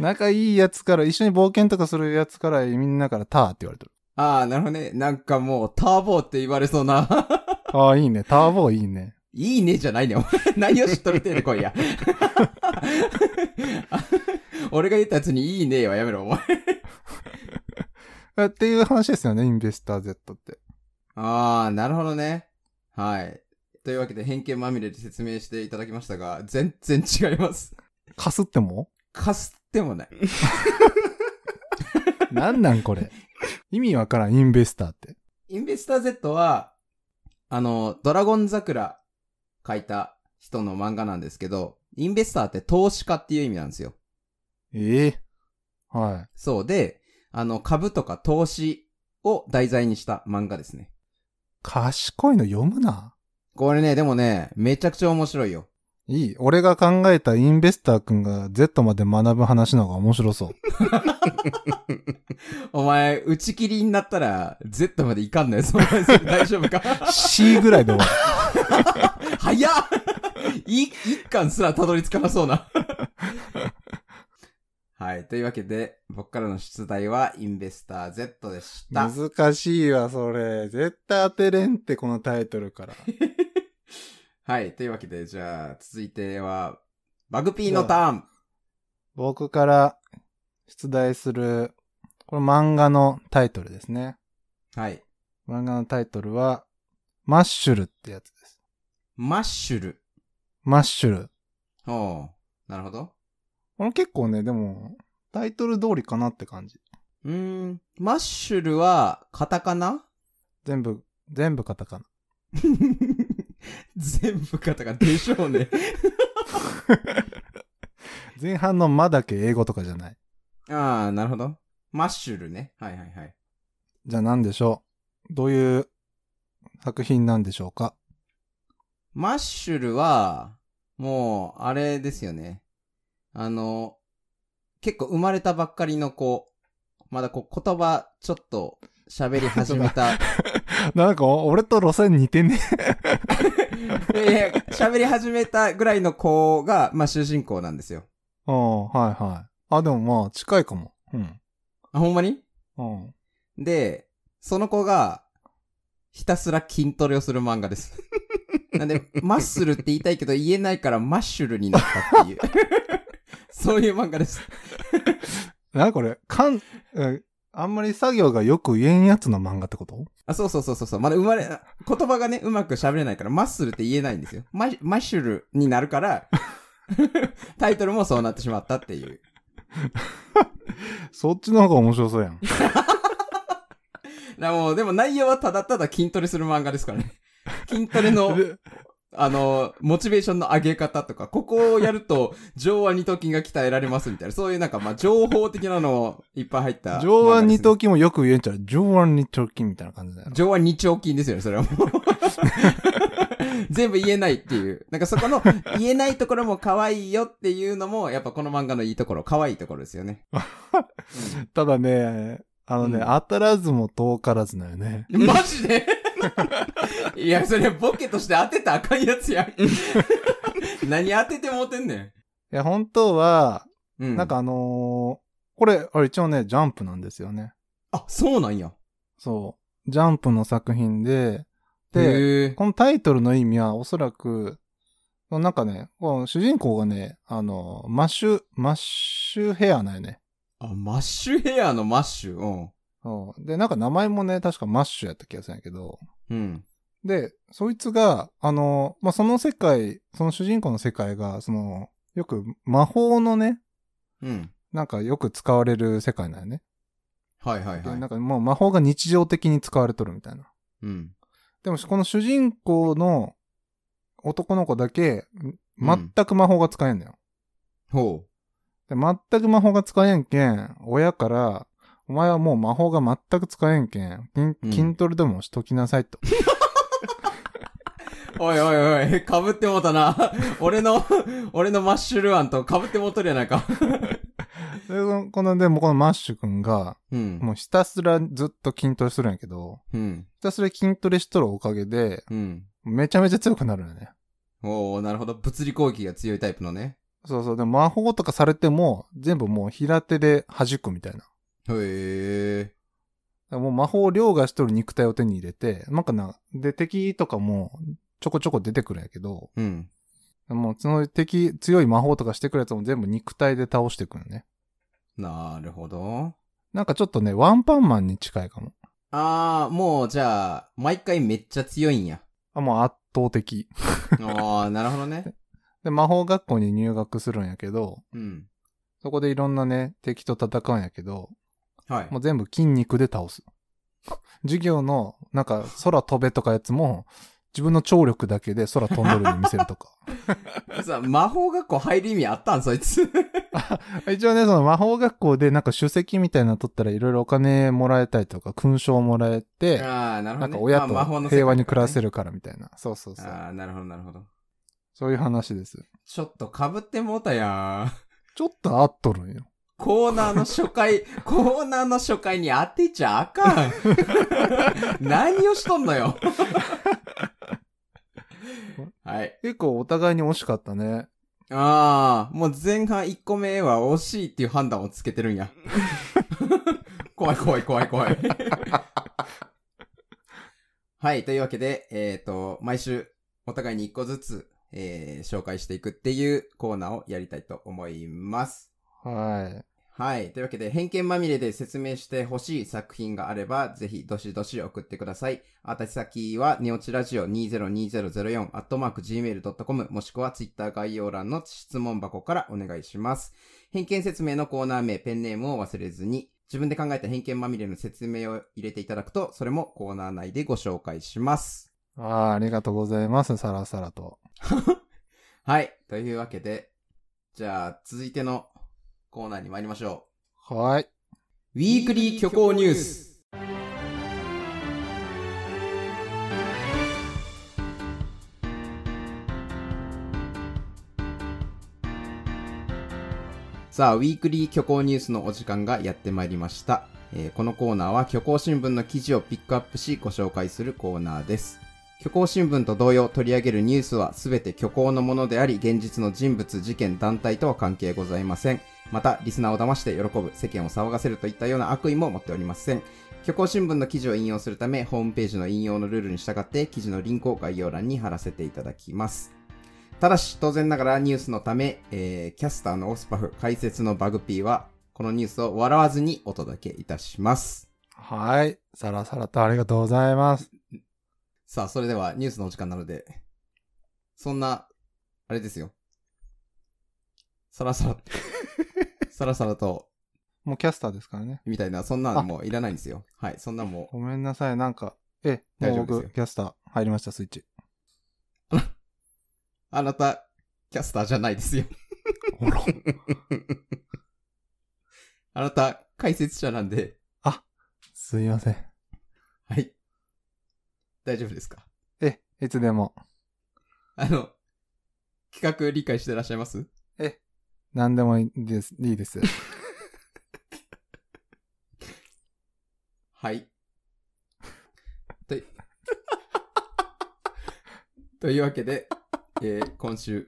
S2: 仲いいやつから、一緒に冒険とかするやつから、みんなからターって言われてる。
S1: ああ、なるほどね。なんかもう、ターボーって言われそうな。
S2: ああ、いいね。ターボーいいね。
S1: いいねじゃないね。 お前内容知っとる程度来いや。 俺が言ったやつにいいねはやめろ、お前。
S2: えっていう話ですよね、インベスター Z って。
S1: ああ、なるほどね。はい。というわけで、偏見まみれで説明していただきましたが、全然違います。
S2: かすっても
S1: かすってもない。
S2: なんなんこれ。意味わからん、インベスターって。
S1: インベスター Z は、あの、ドラゴン桜書いた人の漫画なんですけど、インベスターって投資家っていう意味なんですよ。
S2: ええはい。
S1: そうで、あの、株とか投資を題材にした漫画ですね。
S2: 賢いの読むな。
S1: これね、でもね、めちゃくちゃ面白いよ。
S2: いい。俺が考えたインベスター君が Z まで学ぶ話の方が面白そう。
S1: お前、打ち切りになったら、Z までいかんのよ、その前それ大丈夫か
S2: C ぐらいで終わ る。
S1: 早っい一巻すらたどり着かなそうな。はい。というわけで、僕からの出題は、インベスター Z でした。
S2: 難しいわ、それ。絶対当てれんって、このタイトル から。
S1: はい。というわけで、じゃあ、続いては、バグピーのターン。
S2: 僕から出題する、これ漫画のタイトルですね。
S1: はい。
S2: 漫画のタイトルは、マッシュルってやつです。
S1: マッシュル。
S2: マッシュル。
S1: おうなるほど。
S2: 俺結構ね、でも、タイトル通りかなって感じ。
S1: うーん。マッシュルは、カタカナ
S2: 全部、全部カタカナ。
S1: 全部カタカナでしょうね。
S2: 前半のまだけ英語とかじゃない。
S1: ああ、なるほど。マッシュルね。はいはいはい。
S2: じゃあ何でしょうどういう作品なんでしょうか
S1: マッシュルは、もう、あれですよね。あの、結構生まれたばっかりの子、まだこう言葉ちょっと喋り始めた。
S2: なんかお俺と路線似てね。
S1: いやいや 喋り始めたぐらいの子が、まあ主人公なんですよ。
S2: ああ、はいはい。あ、でもまあ近いかも。うん。
S1: あ、ほんまに
S2: うん。
S1: で、その子が、ひたすら筋トレをする漫画です。 なんで、マッスルって言いたいけど言えないからマッシュルになったっていう。そういう漫画です。
S2: なんかこれ、かん、えあんまり作業がよく言えんやつの漫画ってこと
S1: あ、そうそうそうそうそう。まだ生まれ、言葉がね、うまく喋れないから、マッスルって言えないんですよ。マッマッシュルになる から、タイトルもそうなってしまったっていう。
S2: そっちの方が面白そうやん。
S1: なもう、でも内容はただただ筋トレする漫画ですからね。筋トレ の、
S2: で
S1: あの、モチベーションの上げ方とか、ここをやると、上腕二頭筋が鍛えられますみたいな、そういうなんか、まあ、情報的なのいっぱい入った、
S2: 上腕二頭
S1: 筋。
S2: 筋もよく言えんちゃう。上腕二頭筋みたいな感じだよ。
S1: 上腕二丁筋ですよね、それはもう。 全部言えないっていう。なんかそこ の言えないところも可愛いよっていうのも、やっぱこの漫画のいいところ、可愛いところですよね。
S2: ただね、あのね、
S1: うん
S2: 当たらずも遠からずだよね。
S1: マジでいや、それボケとして当てたらあかんやつや ん。何当ててもうてんね
S2: いや、本当は、
S1: ん。うん。
S2: なんか、あのーこれ、あれ一応ね、ジャンプなんですよね。
S1: あ、そうなんや。
S2: そう。ジャンプの作品で、で、
S1: へえ。
S2: このタイトルの意味はおそらく、なんかね、この主人公がね、あの、マッシュ、マッシュヘアなんよね。
S1: あ、マッシュヘアのマッシュ。うん。
S2: うんで、なんか名前もね、確かマッシュやった気がするんやけど、
S1: うん。
S2: で、そいつが、あの、まあ、その世界、その主人公の世界が、その、よく魔法のね、
S1: うん。
S2: なんかよく使われる世界なんよね。
S1: はいはい
S2: で、
S1: は。
S2: ないんかもう魔法が日常的に使われとるみたいな。
S1: うん。
S2: でも、この主人公の男の子だけ、
S1: ん
S2: 全く魔法が使えんのよ。
S1: ほ
S2: で、全く魔法が使えんけん、親から、お前はもう魔法が全く使えんけん、筋
S1: うん
S2: 筋トレでもしときなさい と。
S1: う。おいおいおい、かぶってもうたな。俺の、俺のマッシュルアンとかぶってもうとるやないか。
S2: でこの、この、でもこのマッシュくんが、
S1: うん。
S2: もうひたすらずっと筋トレするんやけど、
S1: うん。
S2: ひたすら筋トレしとるおかげで、
S1: うん。
S2: めちゃめちゃ強くなるよね。
S1: おー、なるほど。物理攻撃が強いタイプのね。
S2: そうそう。でも魔法とかされても、全部もう平手で弾くみたいな。
S1: へえ。
S2: だからもう魔法を凌駕しとる肉体を手に入れて、なんかな、で、敵とかもちょこちょこ出てくるんやけど、
S1: うん。
S2: もうその敵、強い魔法とかしてくるやつも全部肉体で倒してくるね。
S1: なるほど。
S2: なんかちょっとね、ワンパンマンに近いかも。
S1: あー、もうじゃあ、毎回めっちゃ強いん や。
S2: あ、もう圧倒的。
S1: おー、なるほどね。
S2: で、魔法学校に入学するんやけど、
S1: うん。
S2: そこでいろんなね、敵と戦うんやけど、
S1: はい。
S2: もう全部筋肉で倒す。授業の、なんか空飛べとかやつも、自分の聴力だけで空飛んでるように見せるとか。
S1: さ、魔法学校入る意味あったんそいつ。
S2: 一応ね、その魔法学校でなんか首席みたいなの取ったらいろいろお金もらえたりとか、勲章もらえて、
S1: ああ、なるほど、ね。
S2: なんか親
S1: まあ魔法
S2: と
S1: の
S2: 平和に暮ら
S1: る。
S2: せるからみたいな。そうそうそう。
S1: ああ、なるほど、なるほど。
S2: そういう話です。
S1: ちょっと被ってもうたやん。
S2: ちょっと合っとるんよ。
S1: コーナーの初回、 コーナーの初回に当てちゃあかん。 何をしとんのよ。はい。
S2: 結構お互いに惜しかったね。
S1: ああ、もう前半1個目は惜しいっていう判断をつけてるんや。怖い怖い怖い怖い。はい、というわけで、えっ、と、毎週お互いに1個ずつ、えー紹介していくっていうコーナーをやりたいと思います。
S2: は
S1: はい。というわけで、偏見まみれで説明してほしい作品があれば、ぜひ、どしどし送ってください。あた先は、ネオチラジオ202004、アットマーク gmail.com、もしくは、ツイッター概要欄の質問箱からお願いします。偏見説明のコーナー名、ペンネームを忘れずに、自分で考えた偏見まみれの説明を入れていただくと、それもコーナー内でご紹介します。
S2: あーありがとうございます、さらさらと。
S1: はい。というわけで、じゃあ、続いてのコーナーに参りましょ
S2: はーい。
S1: う。ウィークリー虚構ニュース。さあ、ウィークリー虚構ニュースのお時間がやってまいりました。えーこのコーナーは虚構新聞の記事をピックアップしご紹介するコーナーです。虚構新聞と同様取り上げるニュースは全て虚構のものであり、現実の人物、事件、団体とは関係ございません。また、リスナーを騙して喜ぶ、世間を騒がせるといったような悪意も持っておりません。虚構新聞の記事を引用するため、ホームページの引用のルールに従って、記事のリンクを概要欄に貼らせていただきます。ただし、当然ながらニュースのため、えー、キャスターのオスパフ、解説のバグピーは、このニュースを笑わずにお届けいたします。
S2: はーい。さらさらとありがとうございます。
S1: さあ、それではニュースのお時間なので、そんな、あれですよ。さらさら、さらさらと、
S2: もうキャスターですからね。
S1: みたいな、そんなのもういらないんですよ。はい、そんなもう、
S2: ごめんなさい、なんか。え、
S1: 大丈夫
S2: もう
S1: です
S2: 僕、
S1: よ
S2: キャスター入りました、ス イッチ。
S1: あなた、キャスターじゃないですよ。
S2: ほら。
S1: あなた、解説者なんで、
S2: すいません。
S1: はい。大丈夫ですか
S2: え、いつでも。
S1: あの、企画理解してらっしゃいます
S2: 何でもいいです。いいです。
S1: はい。とい、 というわけで、えー今週、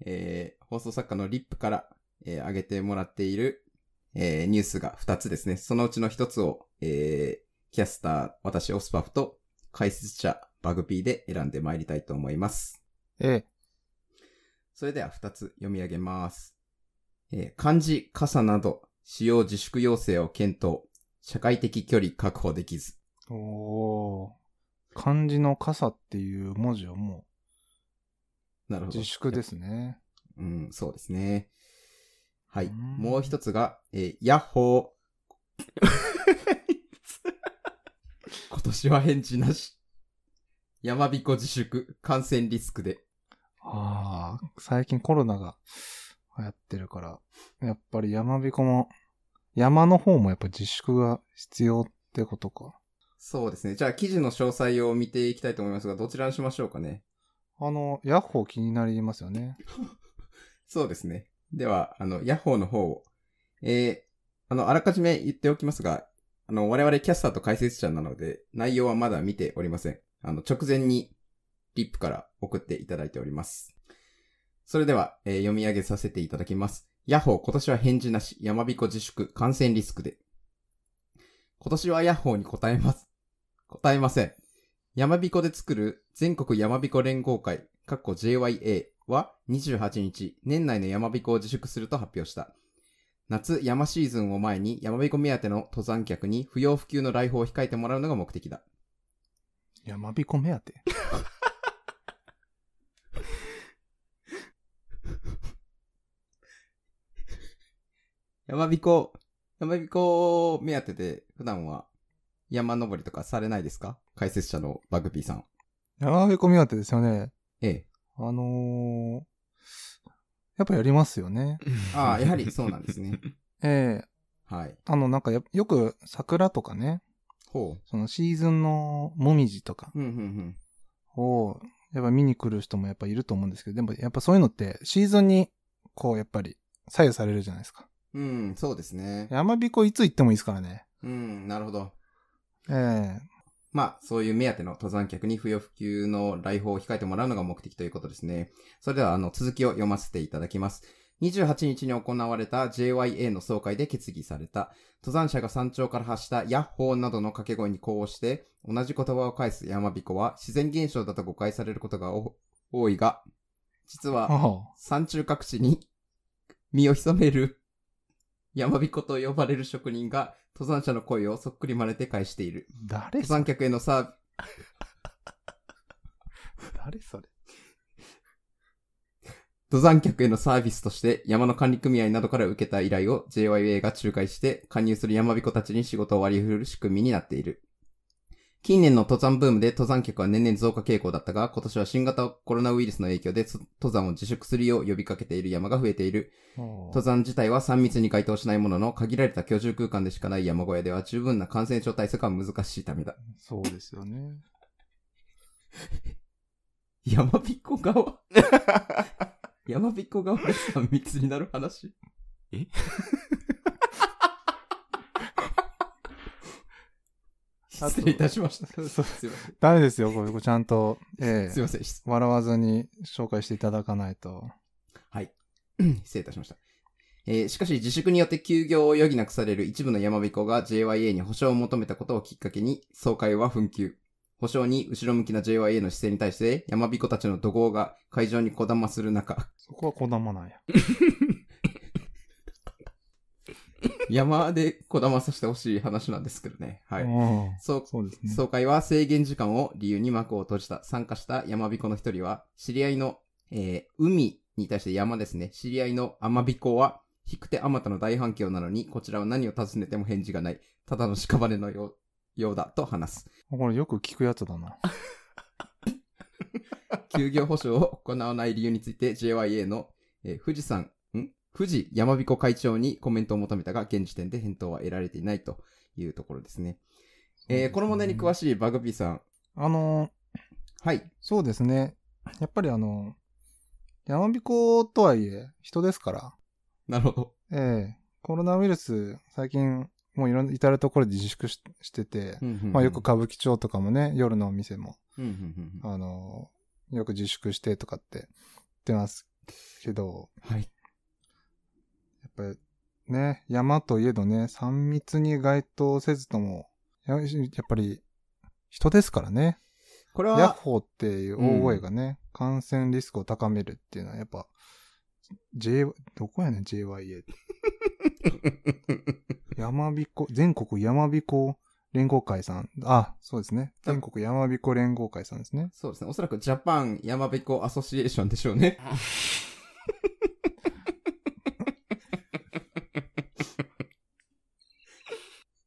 S1: えー放送作家のリップから、えー上げてもらっている、えーニュースが2つですね。そのうちの1つを、えーキャスター、私、オスパフと、解説者、バグピーで選んでまいりたいと思います。
S2: え、
S1: それでは2つ読み上げます。えー漢字、傘など、使用自粛要請を検討。社会的距離確保できず。
S2: おー。漢字の傘っていう文字をも
S1: なる
S2: う
S1: ほど。
S2: 自粛ですね。。
S1: うん、そうですね。はいう
S2: ん
S1: もう一つが、えーヤッホ ー。今年は返事なし。山彦自粛、感染リスクで。
S2: ああ、最近コロナが流行ってるから、やっぱり山彦も、山の方もやっぱ自粛が必要ってことか。
S1: そうですね。じゃあ記事の詳細を見ていきたいと思いますが、どちらにしましょうかね。
S2: あの、ヤッホー気になりますよね。
S1: そうですね。では、あの、ヤッホーの方を。えー、あの、あらかじめ言っておきますが、あの、我々キャスターと解説者なので、内容はまだ見ておりません。あの、直前に、リップから送っていただいております。それでは、えー読み上げさせていただきます。ヤッホー今年は返事なし、山彦自粛、感染リスクで。今年はヤッホーに答えます。答えません。山彦で作る全国山彦連合会、かっこ JYA は28日、年内の山彦を自粛すると発表した。夏山シーズンを前に山彦目当ての登山客に不要不急の来訪を控えてもらうのが目的だ。
S2: 山彦目当て。
S1: 山彦、山彦を目当てで普段は山登りとかされないですか解説者のバグピーさん。
S2: 山彦目当てですよね。
S1: ええ。
S2: あのー、やっぱやりますよね。
S1: ああ、やはりそうなんですね。
S2: ええ
S1: はい。
S2: あの、なんかやよく桜とかね、
S1: ほ
S2: そのシーズンのもみじとか
S1: う。うん、うん、うん。
S2: を、やっぱ見に来る人もやっぱいると思うんですけど、でもやっぱそういうのってシーズンに、こうやっぱり左右されるじゃないですか。
S1: うん、そうですね。
S2: 山彦いつ行ってもいいですからね。
S1: うん、なるほど。
S2: ええ
S1: まあ、そういう目当ての登山客に不要不急の来訪を控えてもらうのが目的ということですね。それでは、あの、続きを読ませていただきます。28日に行われた JYA の総会で決議された。登山者が山頂から発したヤッホーなどの掛け声に呼応して、同じ言葉を返す山彦は自然現象だと誤解されることがお多いが、実は
S2: ああ
S1: 山中各地に身を潜める山彦と呼ばれる職人が登山者の声をそっくり真似て返している。
S2: 誰
S1: 登
S2: それ
S1: 山客へのサービ
S2: 誰それ
S1: 登山客へのサービスとして山の管理組合などから受けた依頼を JYA が仲介して加入する山彦たちに仕事を割り振る仕組みになっている。近年の登山ブームで登山客は年々増加傾向だったが、今年は新型コロナウイルスの影響で登山を自粛するよう呼びかけている山が増えている。登山自体は3密に該当しないものの、限られた居住空間でしかない山小屋では十分な感染症対策は難しいためだ。
S2: そうですよね。
S1: 山彦川山彦川で3密になる話
S3: え
S1: 失礼いたしました。
S2: そうそう
S1: すいません。
S2: ダメですよ、これ、これちゃんと、え
S1: すい
S2: え
S1: ません。失
S2: 笑わずに紹介していただかないと。
S1: はい。失礼いたしました。えーしかし自粛によって休業を余儀なくされる一部の山彦が JYA に保証を求めたことをきっかけに、総会は紛糾。保証に後ろ向きな JYA の姿勢に対して、山彦たちの怒号が会場にこだまする中、
S2: そこはこだまなんや。
S1: 山でこだまさせてほしい話なんですけどね。はい。
S2: うん
S1: そう
S2: そうですね。
S1: 総会は制限時間を理由に幕を閉じた。参加した山彦の一人は、知り合いの、えー海に対して山ですね。知り合いの天彦は、引く手あまたの大反響なのに、こちらは何を尋ねても返事がない。ただの屍のよう、ようだと話す。
S2: これよく聞くやつだな。
S1: 休業保障を行わない理由について JYA の、えー富士山、ん富士山彦会長にコメントを求めたが、現時点で返答は得られていないというところですね。えーこの問題に詳
S2: しい。
S1: しいバグピーさん。
S2: あの、
S1: はい。
S2: そうですね。やっぱりあの、山彦とはいえ、人ですから。
S1: なるほど。
S2: ええコロナウイルス、最近、もういろんな、至るところで自粛ししてて、まあよく歌舞伎町とかもね、夜のお店も、
S1: うんうんうんうん
S2: あの、よく自粛してとかって言ってますけど、
S1: はい。
S2: やっぱりね、山といえどね、3密に該当せずとも、ややっぱり人ですからね。
S1: これ
S2: ヤッ
S1: は、
S2: ホーっていう大声がね、感染リスクを高めるっていうのはやっぱ、J、どこやねん JYA って。山彦、全国山彦連合会さん。あ、そうですね。全国山彦連合会さんですね。
S1: そうですね。おそらくジャパン山彦アソシエーションでしょう ね。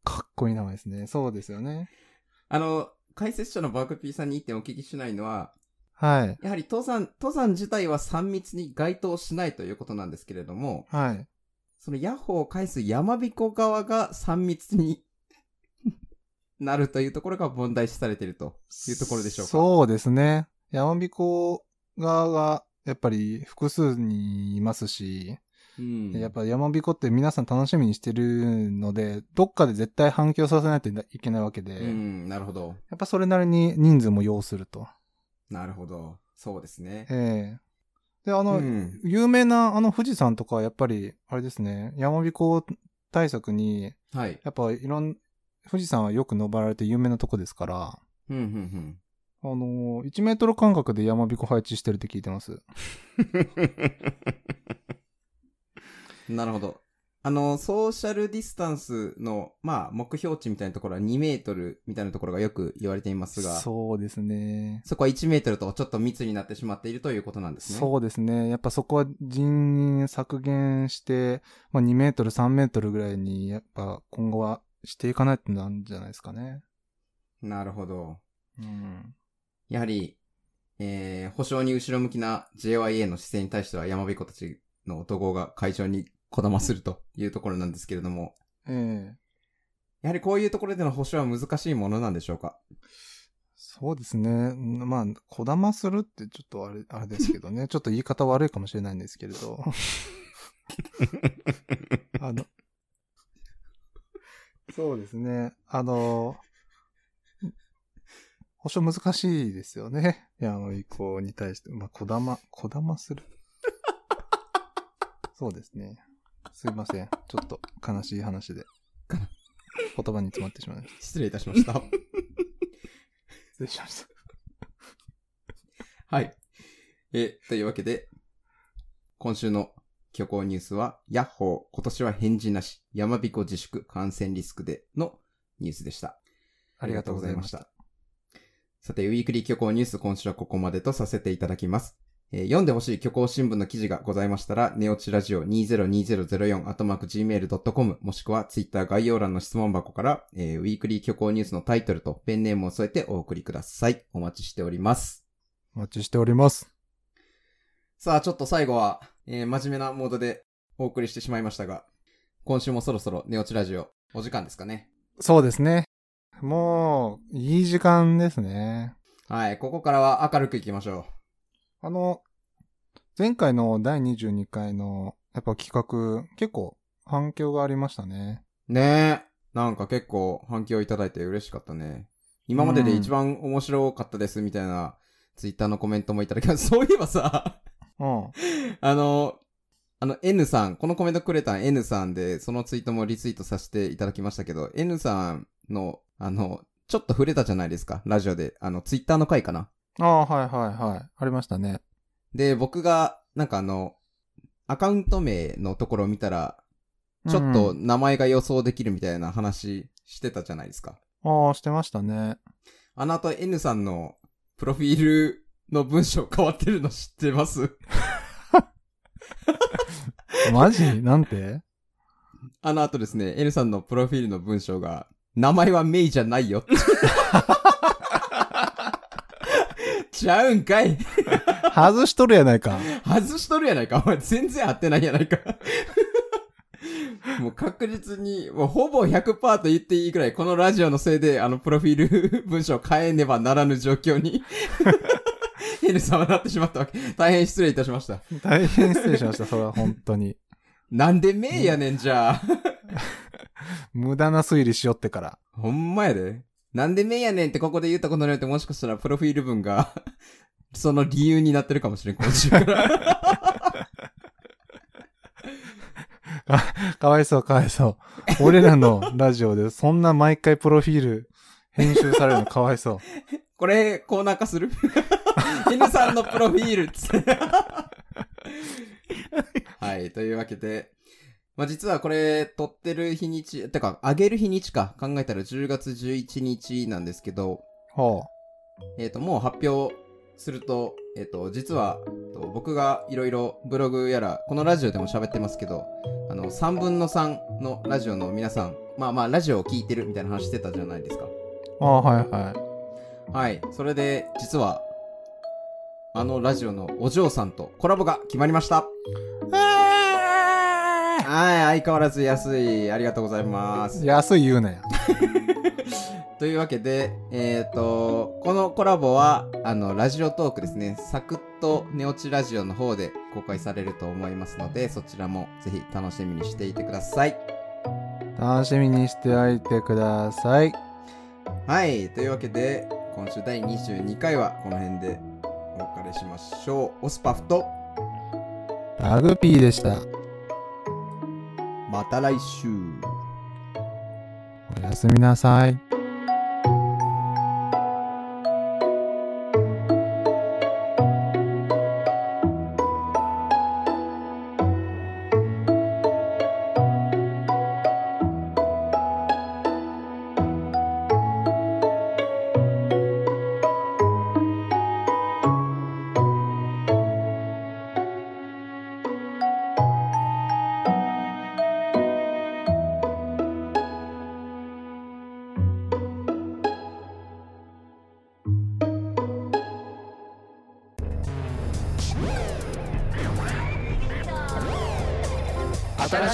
S2: かっこいい名前ですね。そうですよね。
S1: あの、解説者のバークピーさんに一点お聞きしないのは、
S2: はい。
S1: やはり登山、登山自体は3密に該当しないということなんですけれども、
S2: はい。
S1: そのヤッホーを返す山彦側が3密に なるというところが問題視されているというところでしょうか。
S2: そうですね。山彦側が、やっぱり複数にいますし、
S1: うん。
S2: やっぱ山彦って皆さん楽しみにしてるので、どっかで絶対反響させないといけないわけで、
S1: うん、なるほど。
S2: やっぱそれなりに人数も要すると。
S1: なるほど。そうですね。
S2: ええで、あの、
S1: うん。
S2: 有名なあの富士山とかはやっぱり、あれですね、山彦対策に、
S1: はい。
S2: やっぱいろん、富士山はよく登られて有名なとこですから、
S1: うん、うん、
S2: あの、1メートル間隔で山彦配置してるって聞いてます。
S1: うん。なるほど。あの、ソーシャルディスタンスの、まあ、目標値みたいなところは2メートルみたいなところがよく言われていますが、
S2: そうですね。
S1: そこは1メートルとちょっと密になってしまっているということなんですね。
S2: そうですね。やっぱそこは人員削減して、まあ、2メートル、3メートルぐらいに、やっぱ今後はしていかないってなんじゃないですかね。
S1: なるほど。
S2: うん。
S1: やはり、えー、保証に後ろ向きな JYA の姿勢に対しては山彦たちの男が会場にこだまするというところなんですけれども、
S2: ええ
S1: やはりこういうところでの保証は難しいものなんでしょうか
S2: そうですね。まあ、こだまするってちょっとあれ、あれですけどね。ちょっと言い方悪いかもしれないんですけれど。あの、そうですね。あの、保証難しいですよね。山彦に対して。まあ、こだま、こだまする。そうですね。すいません。ちょっと悲しい話で。言葉に詰まってしまいました。
S1: 失礼いたしました。
S2: 失礼しました。
S1: はい。え、というわけで、今週の虚構ニュースは、ヤッホー、今年は返事なし、山彦自粛、感染リスクでのニュースでした。
S2: ありがとうございました。
S1: さて、ウィークリー虚構ニュース、今週はここまでとさせていただきます。えー読んでほしい虚構新聞の記事がございましたら、ネオチラジオ202004アトマーク gmail.com もしくは Twitter 概要欄の質問箱から、えーウィークリー虚構ニュースのタイトルとペンネームを添えてお送りください。お待ちしております。
S2: お待ちしております。
S1: さあ、ちょっと最後は、えー真面目なモードでお送りしてしまいましたが、今週もそろそろネオチラジオお時間ですかね。
S2: そうですね。もう、いい時間ですね。
S1: はい、ここからは明るくいきましょ
S2: あの、前回の第22回の、やっぱ企画、結構反響がありましたね。
S1: う。ねえ。なんか結構反響いただいて嬉しかったね。今までで一番面白かったですみたいなツイッターのコメントもいただきま した。そういえばさ、
S2: うん。
S1: あの、あの N さん、このコメントくれた N さんで、そのツイートもリツイートさせていただきましたけど、N さんの、あの、ちょっと触れたじゃないですか、ラジオで。あの、ツイッターの回かな。
S2: ああ、はいはいはい。ありましたね。
S1: で、僕が、なんかあの、アカウント名のところを見たら、ちょっと
S2: うん
S1: 名前が予想できるみたいな話してたじゃないですか。
S2: うん。ああ、してましたね。
S1: あの後 N さんのプロフィールの文章変わってるの知ってます
S2: マジなんて
S1: あの後ですね、N さんのプロフィールの文章が、名前はメイじゃないよ って。ちゃうんかい
S2: 外しとるやないか。
S1: 外しとるやないか。お前全然合ってないやないか。 もう確実に、もうほぼ100%と言っていいくらい、このラジオのせいで、あの、プロフィール 文章を変えねばならぬ状況に、N さんはなってしまったわけ。大変失礼いたしました。
S2: 大変失礼しました、それは本当に。
S1: なんで名やねん、じゃあ。
S2: 無駄な推理しよってから。
S1: ほんまやで。なんで名やねんってここで言ったことによって、もしかしたらプロフィール文が、 その理由になってるかもしれん、今週から。
S2: かわいそう、かわいそう。俺らのラジオでそんな毎回プロフィール編集されるのかわいそう。
S1: これ、コーナー化する ?N さんのプロフィールっつってはい、というわけで、まあ、実はこれ、撮ってる日にち、てか、上げる日にちか、考えたら10月11日なんですけど、
S2: ほ
S1: えっ、と、もう発表すると、えっ、と、実は、えっと僕がいろいろブログやら、このラジオでも喋ってますけど、あの、3分の3のラジオの皆さん、まあまあ、ラジオを聞いてるみたいな話してたじゃないですか。
S2: う。ああ、はいは
S1: はい、それで実はあのラジオのお嬢さんとコラボが決まりました。はい、相変わらず安い。ありがとうございます。
S2: い。安い言うなや。
S1: というわけで、えっ、と、このコラボは、あの、ラジオトークですね。サクッと寝落ちラジオの方で公開されると思いますので、そちらもぜひ楽しみにしていてください。
S2: 楽しみにしておいてください。
S1: はい、というわけで、今週第22回はこの辺でお別れしましょう。オスパフと、
S2: ラグピーでした。
S1: また来週。
S2: おやすみなさい。
S3: 新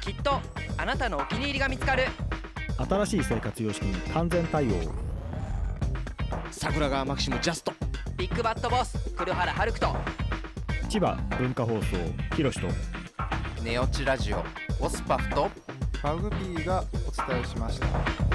S4: きっとあなたのお気に入りが見つかる
S5: 新しい生活様式に完全対応
S3: 桜川マキシムジャスト
S4: ビッグバットボス黒原遥人
S5: 千葉文化放送ひろしと
S4: ネオチラジオオスパフと
S2: ファグビーがお伝えしました。